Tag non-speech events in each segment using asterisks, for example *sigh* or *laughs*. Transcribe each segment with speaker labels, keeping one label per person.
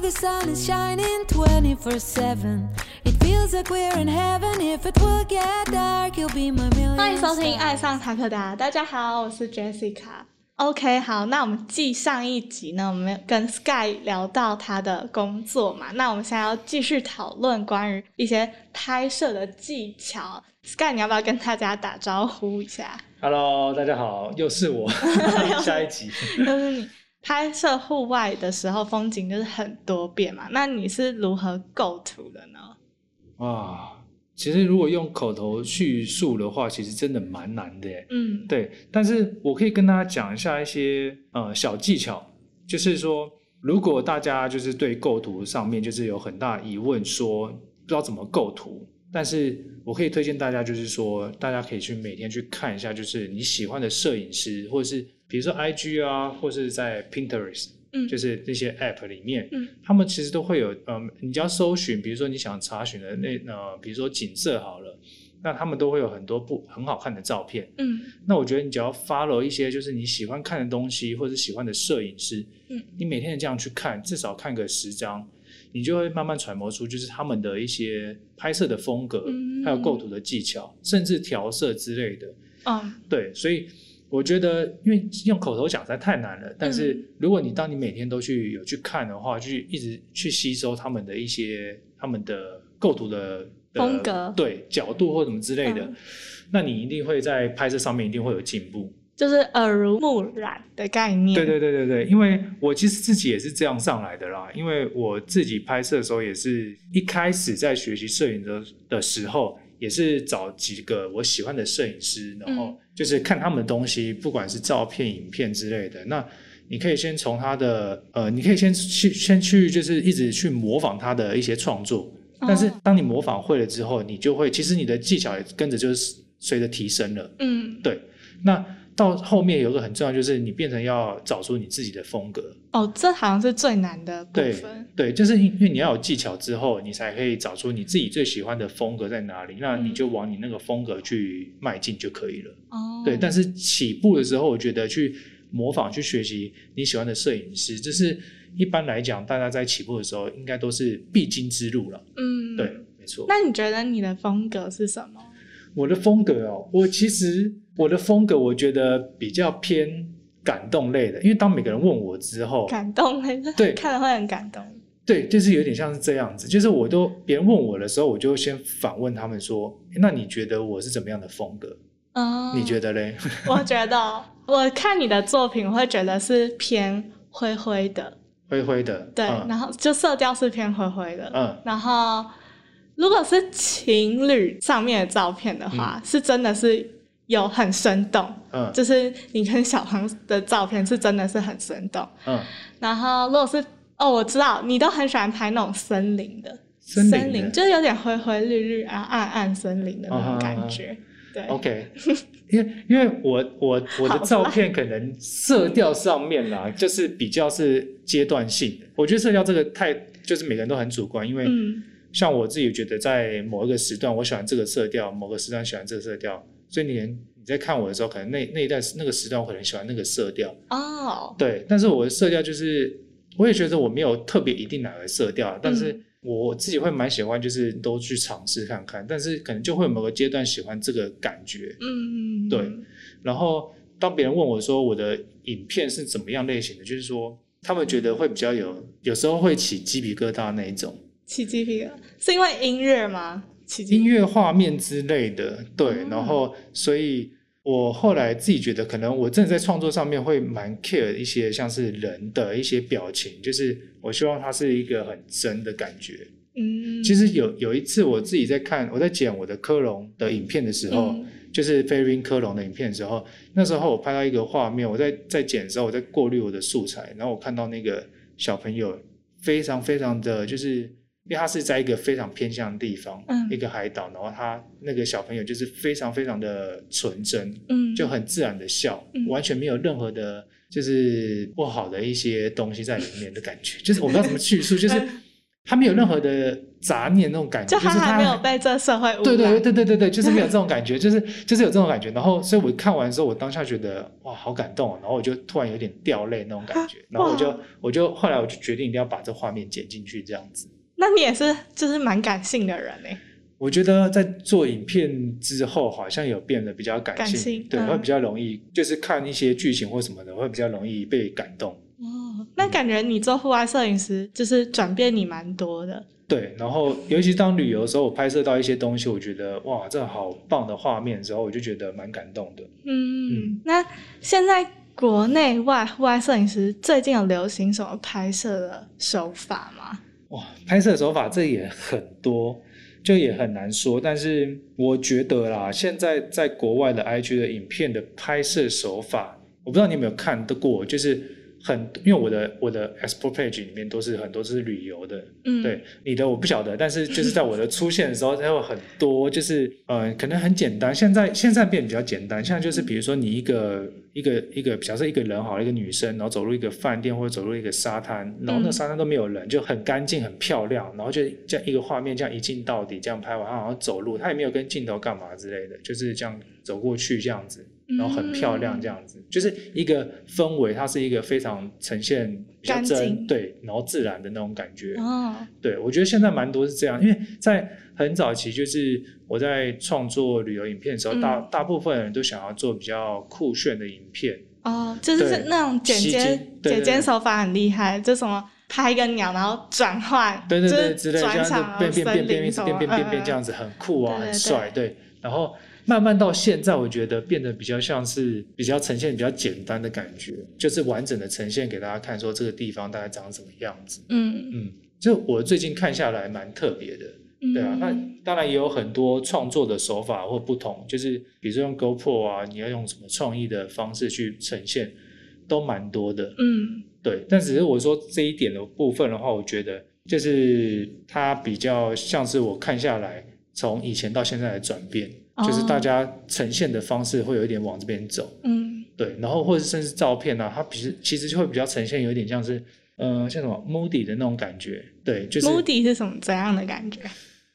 Speaker 1: the sun is shining 24 7. It feels like we're in heaven. If it will get dark, you'll be my million.
Speaker 2: 欢迎收听《爱上塔克达》，大家好，我是 Jessica。OK，好，那我们继上一集呢，我们跟 Sky 聊到他的工作嘛，那我们现在要继续讨论关于一些拍摄的技巧。Sky，你要不要跟大家打招呼一下？
Speaker 3: Hello，大家好，又是我，下一集。
Speaker 2: 就是你拍摄户外的时候，风景就是很多变嘛，那你是如何构图的呢？
Speaker 3: 哇，其实如果用口头叙述的话，其实真的蛮难的耶。
Speaker 2: 嗯
Speaker 3: 对，但是我可以跟大家讲一下一些呃小技巧，就是说，如果大家就是对构图上面就是有很大疑问说不知道怎么构图，但是我可以推荐大家，就是说大家可以去每天去看一下，就是你喜欢的摄影师，或者是比如说 IG 啊，或是在 Pinterest，
Speaker 2: 嗯，
Speaker 3: 就是那些 App 里面，
Speaker 2: 嗯
Speaker 3: 他们其实都会有，嗯，你只要搜寻，比如说你想查询的那呃，比如说景色好了，那他们都会有很多不很好看的照片。
Speaker 2: 嗯
Speaker 3: 那我觉得你只要 follow 一些就是你喜欢看的东西，或者喜欢的摄影师，
Speaker 2: 嗯，
Speaker 3: 你每天这样去看，至少看个十张，你就会慢慢揣摩出就是他们的一些拍摄的风格，
Speaker 2: 嗯
Speaker 3: 还有构图的技巧，甚至调色之类的。
Speaker 2: 嗯
Speaker 3: 对，所以我觉得，因为用口头讲实在太难了。但
Speaker 2: 嗯
Speaker 3: 是如果你当你每天都去有去看的话，去一直去吸收他们的一些他们的构图的的
Speaker 2: 风格
Speaker 3: 对角度或什么之类的，
Speaker 2: 嗯
Speaker 3: 那你一定会在拍摄上面一定会有进步。
Speaker 2: 就是耳濡目染的概念。
Speaker 3: 对对对对对，因为我其实自己也是这样上来的啦。因为我自己拍摄的时候，也是一开始在学习摄影的的时候，也是找几个我喜欢的摄影师，然后就是看他们的东西，不管是照片、影片之类的。那你可以先从他的呃，你可以先去先去就是一直去模仿他的一些创作，
Speaker 2: 哦
Speaker 3: 但是当你模仿会了之后，你就会其实你的技巧也跟着就是随着提升了。
Speaker 2: 嗯，
Speaker 3: 对，那到后面有个很重要，就是你变成要找出你自己的风格。
Speaker 2: 哦，这好像是最难的部
Speaker 3: 对
Speaker 2: 分。
Speaker 3: 对，就是因因为你要有技巧之后，你才可以找出你自己最喜欢的风格在哪里，那
Speaker 2: 嗯
Speaker 3: 你就往你那个风格去迈进就可以了。
Speaker 2: 哦，
Speaker 3: 对，但是起步的时候，我觉得去模仿、去学习你喜欢的摄影师，这是一般来讲大家在起步的时候应该都是必经之路了。
Speaker 2: 嗯，
Speaker 3: 对，没错。
Speaker 2: 那你觉得你的风格是什么？
Speaker 3: 我的风格哦，我其实我的风格我觉得比较偏感动类的，因为当每个人问我之后，
Speaker 2: 感动还是
Speaker 3: 对
Speaker 2: 看了会很感动。
Speaker 3: 对，就是有点像是这样子，就是我都别人问我的时候，我就先反问他们说，诶那你觉得我是怎么样的风格？
Speaker 2: 嗯，
Speaker 3: 你觉
Speaker 2: 得？
Speaker 3: 得嘞？ *laughs*
Speaker 2: 我觉得，哦我看你的作品，我会觉得是偏灰灰的，
Speaker 3: 灰灰的，
Speaker 2: 对，
Speaker 3: 嗯
Speaker 2: 然后就色调是偏灰灰的，
Speaker 3: 嗯
Speaker 2: 然后如果是情侣上面的照片的话，是真的是有很生动，
Speaker 3: 嗯
Speaker 2: 就是你跟小黄的照片是真的是很生动。
Speaker 3: 嗯，
Speaker 2: 然后如果是哦，我知道你都很喜欢拍那种森林的，
Speaker 3: 森林的
Speaker 2: 就是有点灰灰绿绿啊，暗暗森林的那种感觉。对，
Speaker 3: 啊 OK，因为因为我
Speaker 2: *laughs*
Speaker 3: 我我的
Speaker 2: 好
Speaker 3: 照片可能色调上面啦，就是比较是阶段性的。我觉得色调这个太就是每个人都很主观，因为
Speaker 2: 嗯
Speaker 3: 像我自己觉得在某一个时段我喜欢这个色调，某个时段喜欢这个色调，所以你可能你在看我的时候，可能那那一段那个时段我可能喜欢那个色调，
Speaker 2: 哦，
Speaker 3: 对。但是我的色调就是我也觉得我没有特别一定哪个色调，啊但是。
Speaker 2: 嗯
Speaker 3: 我自己会蛮喜欢，就是都去尝试看看，但是可能就会有某个阶段喜欢这个感觉，
Speaker 2: 嗯，
Speaker 3: 对然后当别人问我说我的影片是怎么样类型的，就是说他们觉得会比较有，有时候会起鸡皮疙瘩那一种，
Speaker 2: 起鸡皮疙瘩是因为音乐吗？起鸡
Speaker 3: 音
Speaker 2: 皮
Speaker 3: 乐画面之类的，对
Speaker 2: 哦。
Speaker 3: 然后所以我后来自己觉得，可能我真的在创作上面会蛮 care 一些像是人的一些表情，就是我希望它是一个很真的感觉。
Speaker 2: 嗯，
Speaker 3: 其实有有一次我自己在看我在剪我的科隆的影片的时候，
Speaker 2: 嗯
Speaker 3: 就是菲律宾科隆的影片的时候，那时候我拍到一个画面，我在在剪的时候，我在过滤我的素材，然后我看到那个小朋友非常非常的就是，因为他是在一个非常偏向的地方，
Speaker 2: 嗯
Speaker 3: 一个海岛，然后他那个小朋友就是非常非常的纯真，
Speaker 2: 嗯
Speaker 3: 就很自然的笑，
Speaker 2: 嗯
Speaker 3: 完全没有任何的，
Speaker 2: *laughs*
Speaker 3: 就是不好的一些东西在里面的感觉，就是我不知道怎么叙述，就是
Speaker 2: 嗯
Speaker 3: 他没有任何的杂念那种感觉，
Speaker 2: 就
Speaker 3: 就是
Speaker 2: 他还
Speaker 3: 他
Speaker 2: 没有被这社会污染。
Speaker 3: 对对对对对对，就是没有这种
Speaker 2: *laughs*
Speaker 3: 感觉，就是就是有这种感觉。然后，所以我看完之后，我当下觉得哇，好感动、哦，然后我就突然有点掉泪那种感觉。然后我就
Speaker 2: 哇
Speaker 3: 我就后来我就决定一定要把这画面剪进去，这样子。
Speaker 2: 那你也是就是蛮感性的人哎、
Speaker 3: 我觉得在做影片之后，好像有变得比较感性，
Speaker 2: 感性
Speaker 3: 对，
Speaker 2: 嗯
Speaker 3: 会比较容易，就是看一些剧情或什么的，会比较容易被感动。
Speaker 2: 哦，那感觉你做户外摄影师就是转变你蛮多的。
Speaker 3: 对，然后尤其当旅游的时候，我拍摄到一些东西，我觉得哇，这好棒的画面之后，我就觉得蛮感动的。
Speaker 2: 嗯，那现在国内外户外摄影师最近有流行什么拍摄的手法吗？
Speaker 3: 哇，拍摄手法这也很多，就也很难说。但是我觉得啦，现在在国外的 IG 的影片的拍摄手法，我不知道你有没有看得过，就是很因为我的我的 export page 里面都是很多是旅游的，
Speaker 2: 嗯，
Speaker 3: 对你的我不晓得，但是就是在我的出现的时候，它有很多就是呃，可能很简单。现在现在变得比较简单，现在
Speaker 2: 嗯
Speaker 3: 就是比如说你一个一个一个，假设一个人好了，一个女生，然后走入一个饭店或者走入一个沙滩，然后那
Speaker 2: 嗯
Speaker 3: 沙滩都没有人，就很干净很漂亮，然后就这样一个画面这样一镜到底这样拍完，然后走路，她也没有跟镜头干嘛之类的，就是这样走过去这样子，
Speaker 2: 嗯
Speaker 3: 然后很漂亮这样子，就是一个氛围，它是一个非常呈现比较
Speaker 2: 干
Speaker 3: 真
Speaker 2: 净
Speaker 3: 对，然后自然的那种感觉。
Speaker 2: 哦，
Speaker 3: 对，我觉得现在蛮多是这样，因为在很早期，就是我在创作旅游影片的时候，
Speaker 2: 嗯
Speaker 3: 大大部分人都想要做比较酷炫的影片，
Speaker 2: 哦，就是
Speaker 3: 对
Speaker 2: 是那种剪
Speaker 3: 吸
Speaker 2: 接
Speaker 3: 睛对对
Speaker 2: 剪接
Speaker 3: 对
Speaker 2: 手法很厉害，就什么拍一个鸟，然后转换，
Speaker 3: 对对对，
Speaker 2: 就
Speaker 3: 之
Speaker 2: 是
Speaker 3: 类，这
Speaker 2: 转
Speaker 3: 样
Speaker 2: 场，
Speaker 3: 就变变
Speaker 2: 然后
Speaker 3: 变变，一直
Speaker 2: 森
Speaker 3: 变
Speaker 2: 林
Speaker 3: 变变变这样
Speaker 2: 子。
Speaker 3: 子，很酷啊，
Speaker 2: 对对
Speaker 3: 很
Speaker 2: 对
Speaker 3: 帅，对。然后慢慢到现在，我觉得变得比较像是比较呈现比较简单的感觉，就是完整的呈现给大家看，说这个地方大概长什么样子。
Speaker 2: 嗯，
Speaker 3: 嗯，就我最近看下来蛮特别的。
Speaker 2: 嗯
Speaker 3: 对啊，那当然也有很多创作的手法或不同，就是比如说用 GoPro 啊，你要用什么创意的方式去呈现，都蛮多的。
Speaker 2: 嗯
Speaker 3: 对，但只是我说这一点的部分的话，我觉得就是它比较像是我看下来从以前到现在的转变，
Speaker 2: 哦
Speaker 3: 就是大家呈现的方式会有一点往这边走。
Speaker 2: 嗯，
Speaker 3: 对，然后或者甚至照片啊，它其实其实就会比较呈现有一点像是。呃，像什么 moody 的那种感觉，对，就是
Speaker 2: Moody 是什么怎样的感觉？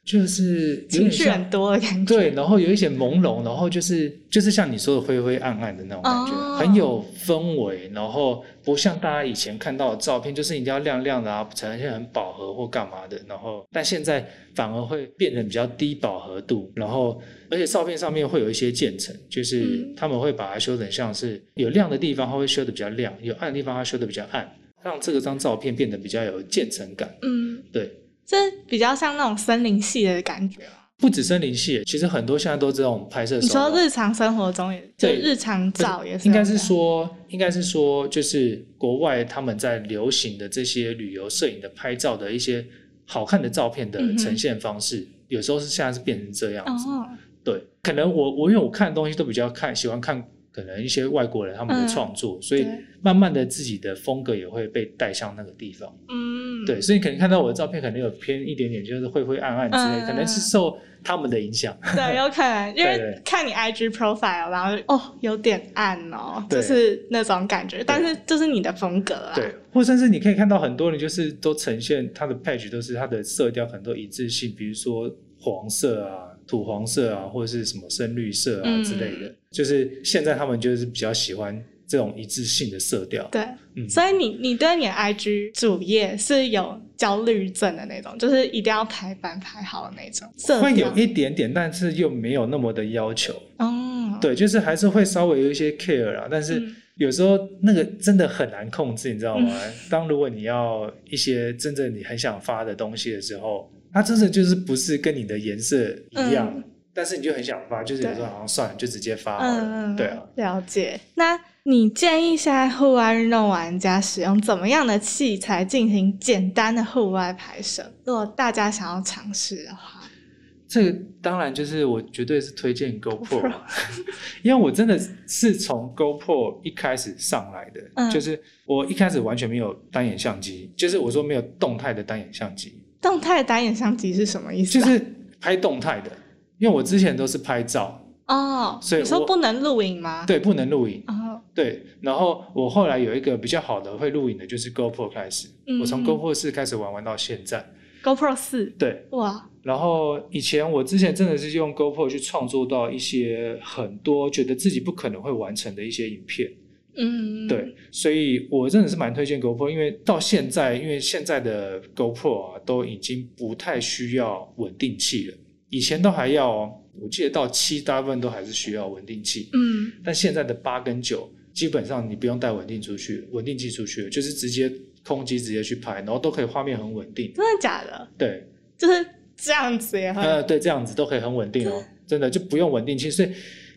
Speaker 3: 就是有
Speaker 2: 情
Speaker 3: 点
Speaker 2: 绪
Speaker 3: 像
Speaker 2: 很多的感觉。
Speaker 3: 对，然后有一些朦胧，然后就是就是像你说的灰灰暗暗的那种感觉，
Speaker 2: 哦
Speaker 3: 很有氛围，然后不像大家以前看到的照片，就是一定要亮亮的啊，呈现很饱和或干嘛的，然后但现在反而会变得比较低饱和度，然后而且照片上面会有一些渐层，就是
Speaker 2: 嗯
Speaker 3: 他们会把它修成像是有亮的地方，它会修的比较亮；有暗的地方，它修的比较暗，让这个张照片变得比较有渐层感。
Speaker 2: 嗯，
Speaker 3: 对，
Speaker 2: 这比较像那种森林系的感觉。
Speaker 3: 不止森林系，其实很多现在都这种拍摄手啊
Speaker 2: 你
Speaker 3: 法。
Speaker 2: 说日常生活中也，就
Speaker 3: 对
Speaker 2: 日常照也是有这样，
Speaker 3: 应该是说，应该是说，就是国外他们在流行的这些旅游摄影的拍照的一些好看的照片的
Speaker 2: 嗯哼
Speaker 3: 呈现方式，有时候是现在是变成这样子。
Speaker 2: 哦，
Speaker 3: 对，可能我我因为我看东西都比较看喜欢看，可能一些外国人他们的
Speaker 2: 嗯
Speaker 3: 创作，所以
Speaker 2: 对
Speaker 3: 慢慢的自己的风格也会被带向那个地方。
Speaker 2: 嗯，
Speaker 3: 对，所以可能看到我的照片，可能有偏一点点，就是灰灰暗暗之类，
Speaker 2: 嗯
Speaker 3: 可能是受他们的影响。
Speaker 2: 对，有可能因
Speaker 3: 对对
Speaker 2: 为看你 IG profile，然后就哦有点暗哦，
Speaker 3: 对
Speaker 2: 就是那种感觉，但是这是你的风格啊，
Speaker 3: 对，或甚至你可以看到很多人就是都呈现他的 page 都是它的色调很多一致性，比如说黄色啊、土黄色啊，或者是什么深绿色啊
Speaker 2: 嗯
Speaker 3: 之类的。就是现在他们就是比较喜欢这种一致性的色调。
Speaker 2: 对，
Speaker 3: 嗯，
Speaker 2: 所以你你对你的 IG 主页是有焦虑症的那种，就是一定要排版排好的那种，色
Speaker 3: 会
Speaker 2: 调
Speaker 3: 有一点点，但是又没有那么的要求。
Speaker 2: 哦，
Speaker 3: 对，就是还是会稍微有一些 care 啦，但是
Speaker 2: 嗯
Speaker 3: 有时候那个真的很难控制，你知道吗？ *laughs* 当如果你要一些真正你很想发的东西的时候，它真的就是不是跟你的颜色一样，
Speaker 2: 嗯
Speaker 3: 但是你就很想发，就是有时候
Speaker 2: 对
Speaker 3: 好像算了，就直接发好了。
Speaker 2: 嗯，嗯
Speaker 3: 对啊，，
Speaker 2: 了解。那你建议现在户外运动玩家使用怎么样的器材进行简单的户外拍摄？如果大家想要尝试的话，
Speaker 3: 这个当然就是我绝对是推荐 GoPro，啊
Speaker 2: *laughs*
Speaker 3: *laughs* 因为我真的是从 GoPro 一开始上来的，
Speaker 2: 嗯
Speaker 3: 就是我一开始完全没有单眼相机，就是我说没有动态的单眼相机，
Speaker 2: 动态单眼相机是什么意思
Speaker 3: 就
Speaker 2: 啊、
Speaker 3: 是拍动态的，因为我之前都是拍照，
Speaker 2: 哦，
Speaker 3: 所以
Speaker 2: 你说
Speaker 3: 我
Speaker 2: 不能录影吗？，
Speaker 3: 对，不能录影，
Speaker 2: 哦，
Speaker 3: 对。然后我后来有一个比较好的会录影的，就是 GoPro 开始，我从
Speaker 2: 嗯
Speaker 3: GoPro 四开始玩玩到现在，
Speaker 2: GoPro 四，
Speaker 3: 对，
Speaker 2: 哇，
Speaker 3: 然后以前我之前真的是用 GoPro 去创作到一些很多觉得自己不可能会完成的一些影片，
Speaker 2: 嗯，
Speaker 3: 对，所以我真的是蛮推荐 GoPro，因为到现在，因为现在的 GoPro 啊都已经不太需要稳定器了，以前都还要哦，我记得到七大部分都还是需要稳定器，
Speaker 2: 嗯，
Speaker 3: 但现在的八跟九基本上你不用带稳定出去，稳定器出去了就是直接空机直接去拍，然后都可以画面很稳定，
Speaker 2: 真的假的？
Speaker 3: 对，
Speaker 2: 就是这样子也很，
Speaker 3: 呃，对，这样子都可以很稳定哦，真的就不用稳定器，所以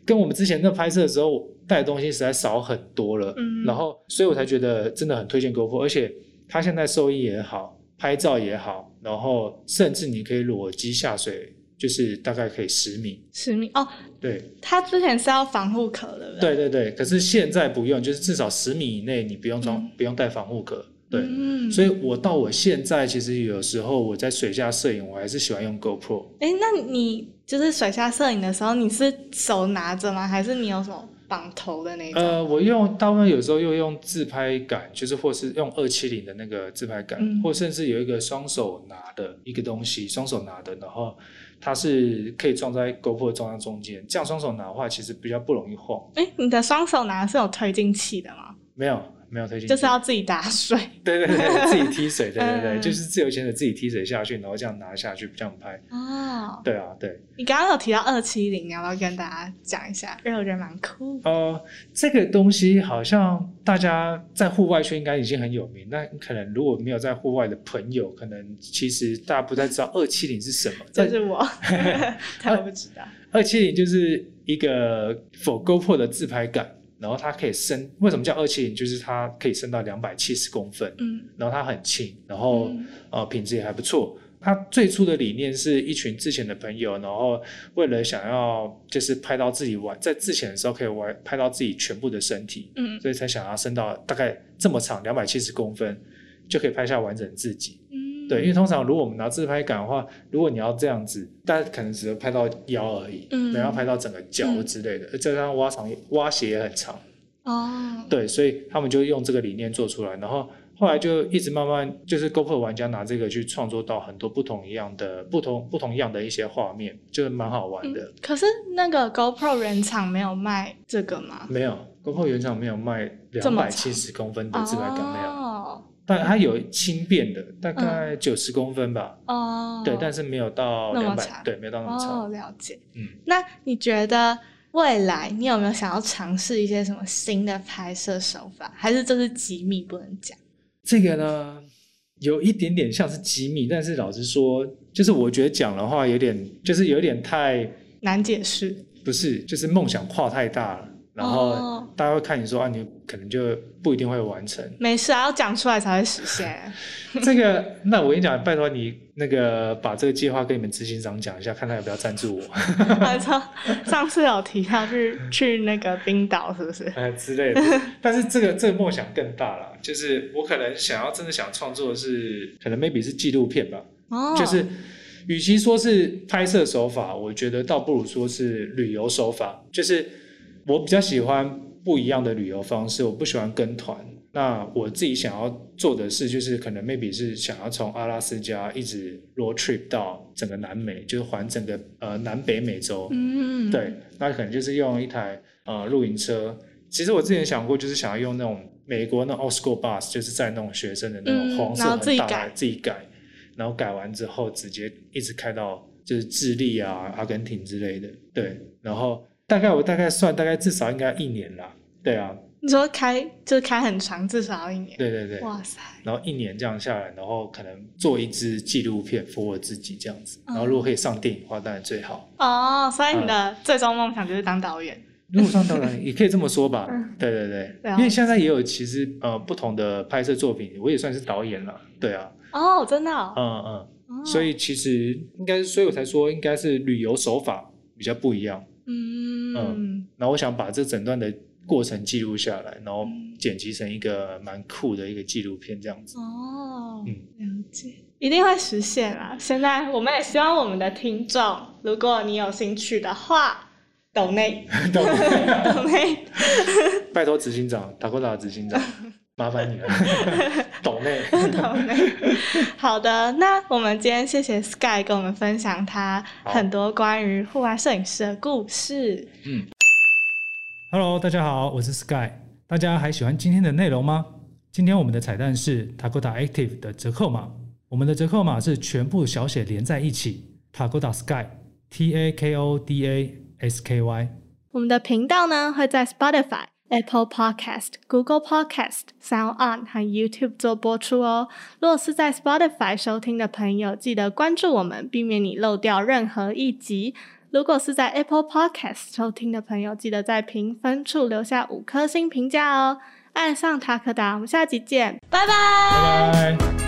Speaker 3: 跟我们之前那拍摄的时候带的东西实在少很多了。
Speaker 2: 嗯
Speaker 3: 然后所以我才觉得真的很推荐 GoPro，而且它现在收音也好，拍照也好，然后甚至你可以裸机下水，就是大概可以十米。
Speaker 2: 十米哦，
Speaker 3: 对，
Speaker 2: 它之前是要防护壳的，不
Speaker 3: 对对对。可是现在不用，就是至少十米以内你不用装，
Speaker 2: 嗯
Speaker 3: 不用带防护壳。对，
Speaker 2: 嗯，
Speaker 3: 所以我到我现在其实有时候我在水下摄影，我还是喜欢用 GoPro。
Speaker 2: 哎，那你就是水下摄影的时候，你是手拿着吗？还是你有什么绑头的那种？
Speaker 3: 呃，我用大部分有时候又用自拍杆，就是或是用二七零的那个自拍杆，
Speaker 2: 嗯
Speaker 3: 或甚至有一个双手拿的一个东西，双手拿的，然后它是可以装在 GoPro 装在中间，这样双手拿的话其实比较不容易晃。
Speaker 2: 哎、你的双手拿是有推进器的吗？
Speaker 3: 没有没有推进器，
Speaker 2: 就是要自己打水。
Speaker 3: *laughs* 对对对自己踢水，对对对，
Speaker 2: *laughs* 嗯
Speaker 3: 就是自由潜水自己踢水下去，然后这样拿下去这样拍。
Speaker 2: *laughs* 哦，
Speaker 3: 对啊，对。
Speaker 2: 你刚刚有提到二七零，你要不要跟大家讲一下？因为我觉得蛮酷。
Speaker 3: 呃，这个东西好像大家在户外圈应该已经很有名，那可能如果没有在户外的朋友，可能其实大家不太知道二七零是什么。
Speaker 2: 这是
Speaker 3: *laughs*
Speaker 2: 我，他们不知道。
Speaker 3: 二七零就是一个否 GoPro 的自拍杆，然后它可以升，为什么叫二七零？就是它可以升到两百七十公分，
Speaker 2: 嗯，
Speaker 3: 然后它很轻，然后、
Speaker 2: 嗯
Speaker 3: 呃品质也还不错。它最初的理念是一群之前的朋友，然后为了想要就是拍到自己玩，在之前的时候可以玩拍到自己全部的身体，
Speaker 2: 嗯
Speaker 3: 所以才想要升到大概这么长，两百七十公分就可以拍下完整自己。
Speaker 2: 嗯，
Speaker 3: 对，因为通常如果我们拿自拍杆的话，如果你要这样子，大家可能只能拍到腰而已，
Speaker 2: 嗯
Speaker 3: 没有拍到整个脚之类的。而再加上挖长挖鞋也很长，
Speaker 2: 哦，
Speaker 3: 对，所以他们就用这个理念做出来，然后。后来就一直慢慢就是 GoPro 玩家拿这个去创作到很多不同一样的不同不同样的一些画面，就是蛮好玩的。
Speaker 2: 嗯可是那个 GoPro 原厂没有卖这个吗？
Speaker 3: 没有 GoPro 原厂没有卖
Speaker 2: 这
Speaker 3: 两
Speaker 2: 么
Speaker 3: 百
Speaker 2: 长
Speaker 3: 七十公分嗯的自拍杆，没有。
Speaker 2: 哦，
Speaker 3: 但它有轻便的，大概九十公分吧，
Speaker 2: 嗯哦，
Speaker 3: 对，但是没有到
Speaker 2: 那么
Speaker 3: 两百
Speaker 2: 长，
Speaker 3: 对，没有到那么长。
Speaker 2: 哦，了解。
Speaker 3: 嗯，
Speaker 2: 那你觉得未来你有没有想要尝试一些什么新的拍摄手法？还是这是机密不能讲？
Speaker 3: 这个呢，有一点点像是机密，但是老实说，就是我觉得讲的话有点，就是有点太
Speaker 2: 难解释。
Speaker 3: 不是，就是梦想跨太大了，然后
Speaker 2: 哦。
Speaker 3: 大家会看你说啊，你可能就不一定会完成 *laughs*
Speaker 2: 没事啊，要讲出来才会实现。
Speaker 3: 这个，那我跟你讲，拜托你那个把这个计划跟你们执行长讲一下，看他要不要赞助我。
Speaker 2: 没错，上次有提到去去那个冰岛，是不
Speaker 3: *laughs*
Speaker 2: 是？
Speaker 3: 呃之类的。但是这个这个梦想更大了，就是我可能想要真的想创作的是，可能 maybe 是纪录片吧，
Speaker 2: 哦，
Speaker 3: 就是与其说是拍摄手法，我觉得倒不如说是旅游手法，就是我比较喜欢不一样的旅游方式，我不喜欢跟团。那我自己想要做的事，就是可能 maybe 是想要从阿拉斯加一直 road trip 到整个南美，就是环整个呃南北美洲，
Speaker 2: 嗯，
Speaker 3: 对，那可能就是用一台呃露营车。其实我之前想过，就是想要用那种美国那 o s c o bus，就是在那种学生的那
Speaker 2: 嗯
Speaker 3: 种黄色
Speaker 2: 然后
Speaker 3: 很
Speaker 2: 自己
Speaker 3: 大的、
Speaker 2: 改
Speaker 3: 自己改，然后改完之后直接一直开到就是智利啊、阿根廷之类的。对，然后大概我大概算，大概至少应该一年啦。对啊，
Speaker 2: 你说开就是开很长，至少要一年。
Speaker 3: 对对对。
Speaker 2: 哇塞，
Speaker 3: 然后一年这样下来，然后可能做一支纪录片 for 我自己这样子。然后
Speaker 2: 嗯
Speaker 3: 如果可以上电影的话，当然最好。
Speaker 2: 哦，所以你
Speaker 3: 嗯
Speaker 2: 的最终梦想就是当导演。
Speaker 3: 路上当然也可以这么说吧
Speaker 2: 嗯，
Speaker 3: 对对对
Speaker 2: 了，解
Speaker 3: 因为现在也有其实呃不同的拍摄作品，我也算是导演了，对啊，
Speaker 2: 哦，真的哦、
Speaker 3: 嗯嗯，
Speaker 2: 哦
Speaker 3: 所以其实应该，所以我才说应该是旅游手法比较不一样。
Speaker 2: 嗯，
Speaker 3: 然后我想把这整段的过程记录下来，然后
Speaker 2: 嗯
Speaker 3: 剪辑成一个蛮酷的一个纪录片这样 *laughs* 子。
Speaker 2: 哦，
Speaker 3: 嗯
Speaker 2: 了解，一定会实现啦。现在我们也希望我们的听众，如果你有兴趣的话，抖内，
Speaker 3: 懂
Speaker 2: 抖内，
Speaker 3: 拜托执行长，塔科达执行长，麻烦
Speaker 2: *laughs*
Speaker 3: 你了，懂内。 *laughs*
Speaker 2: 抖内。好的，那我们今天谢谢 Sky 跟我们分享他
Speaker 3: 好
Speaker 2: 很多关于户外摄影师的故事。
Speaker 3: Hello，大家好，我是 Sky。大家还喜欢今天的内容吗？今天我们的彩蛋是 Takoda Active 的折扣码，我们的折扣码是全部小写连在一起，Takoda Sky T A K O D A S K Y。
Speaker 2: 我们的频道呢会在 Spotify、Apple Podcast、Google Podcast、Sound On 和 YouTube 做播出哦。如果是在 Spotify 收听的朋友，记得关注我们，避免你漏掉任何一集。如果是在 Apple Podcast 收听的朋友，记得在评分处留下五颗星评价哦。爱上塔可达，我们下集见，拜拜
Speaker 3: 拜拜。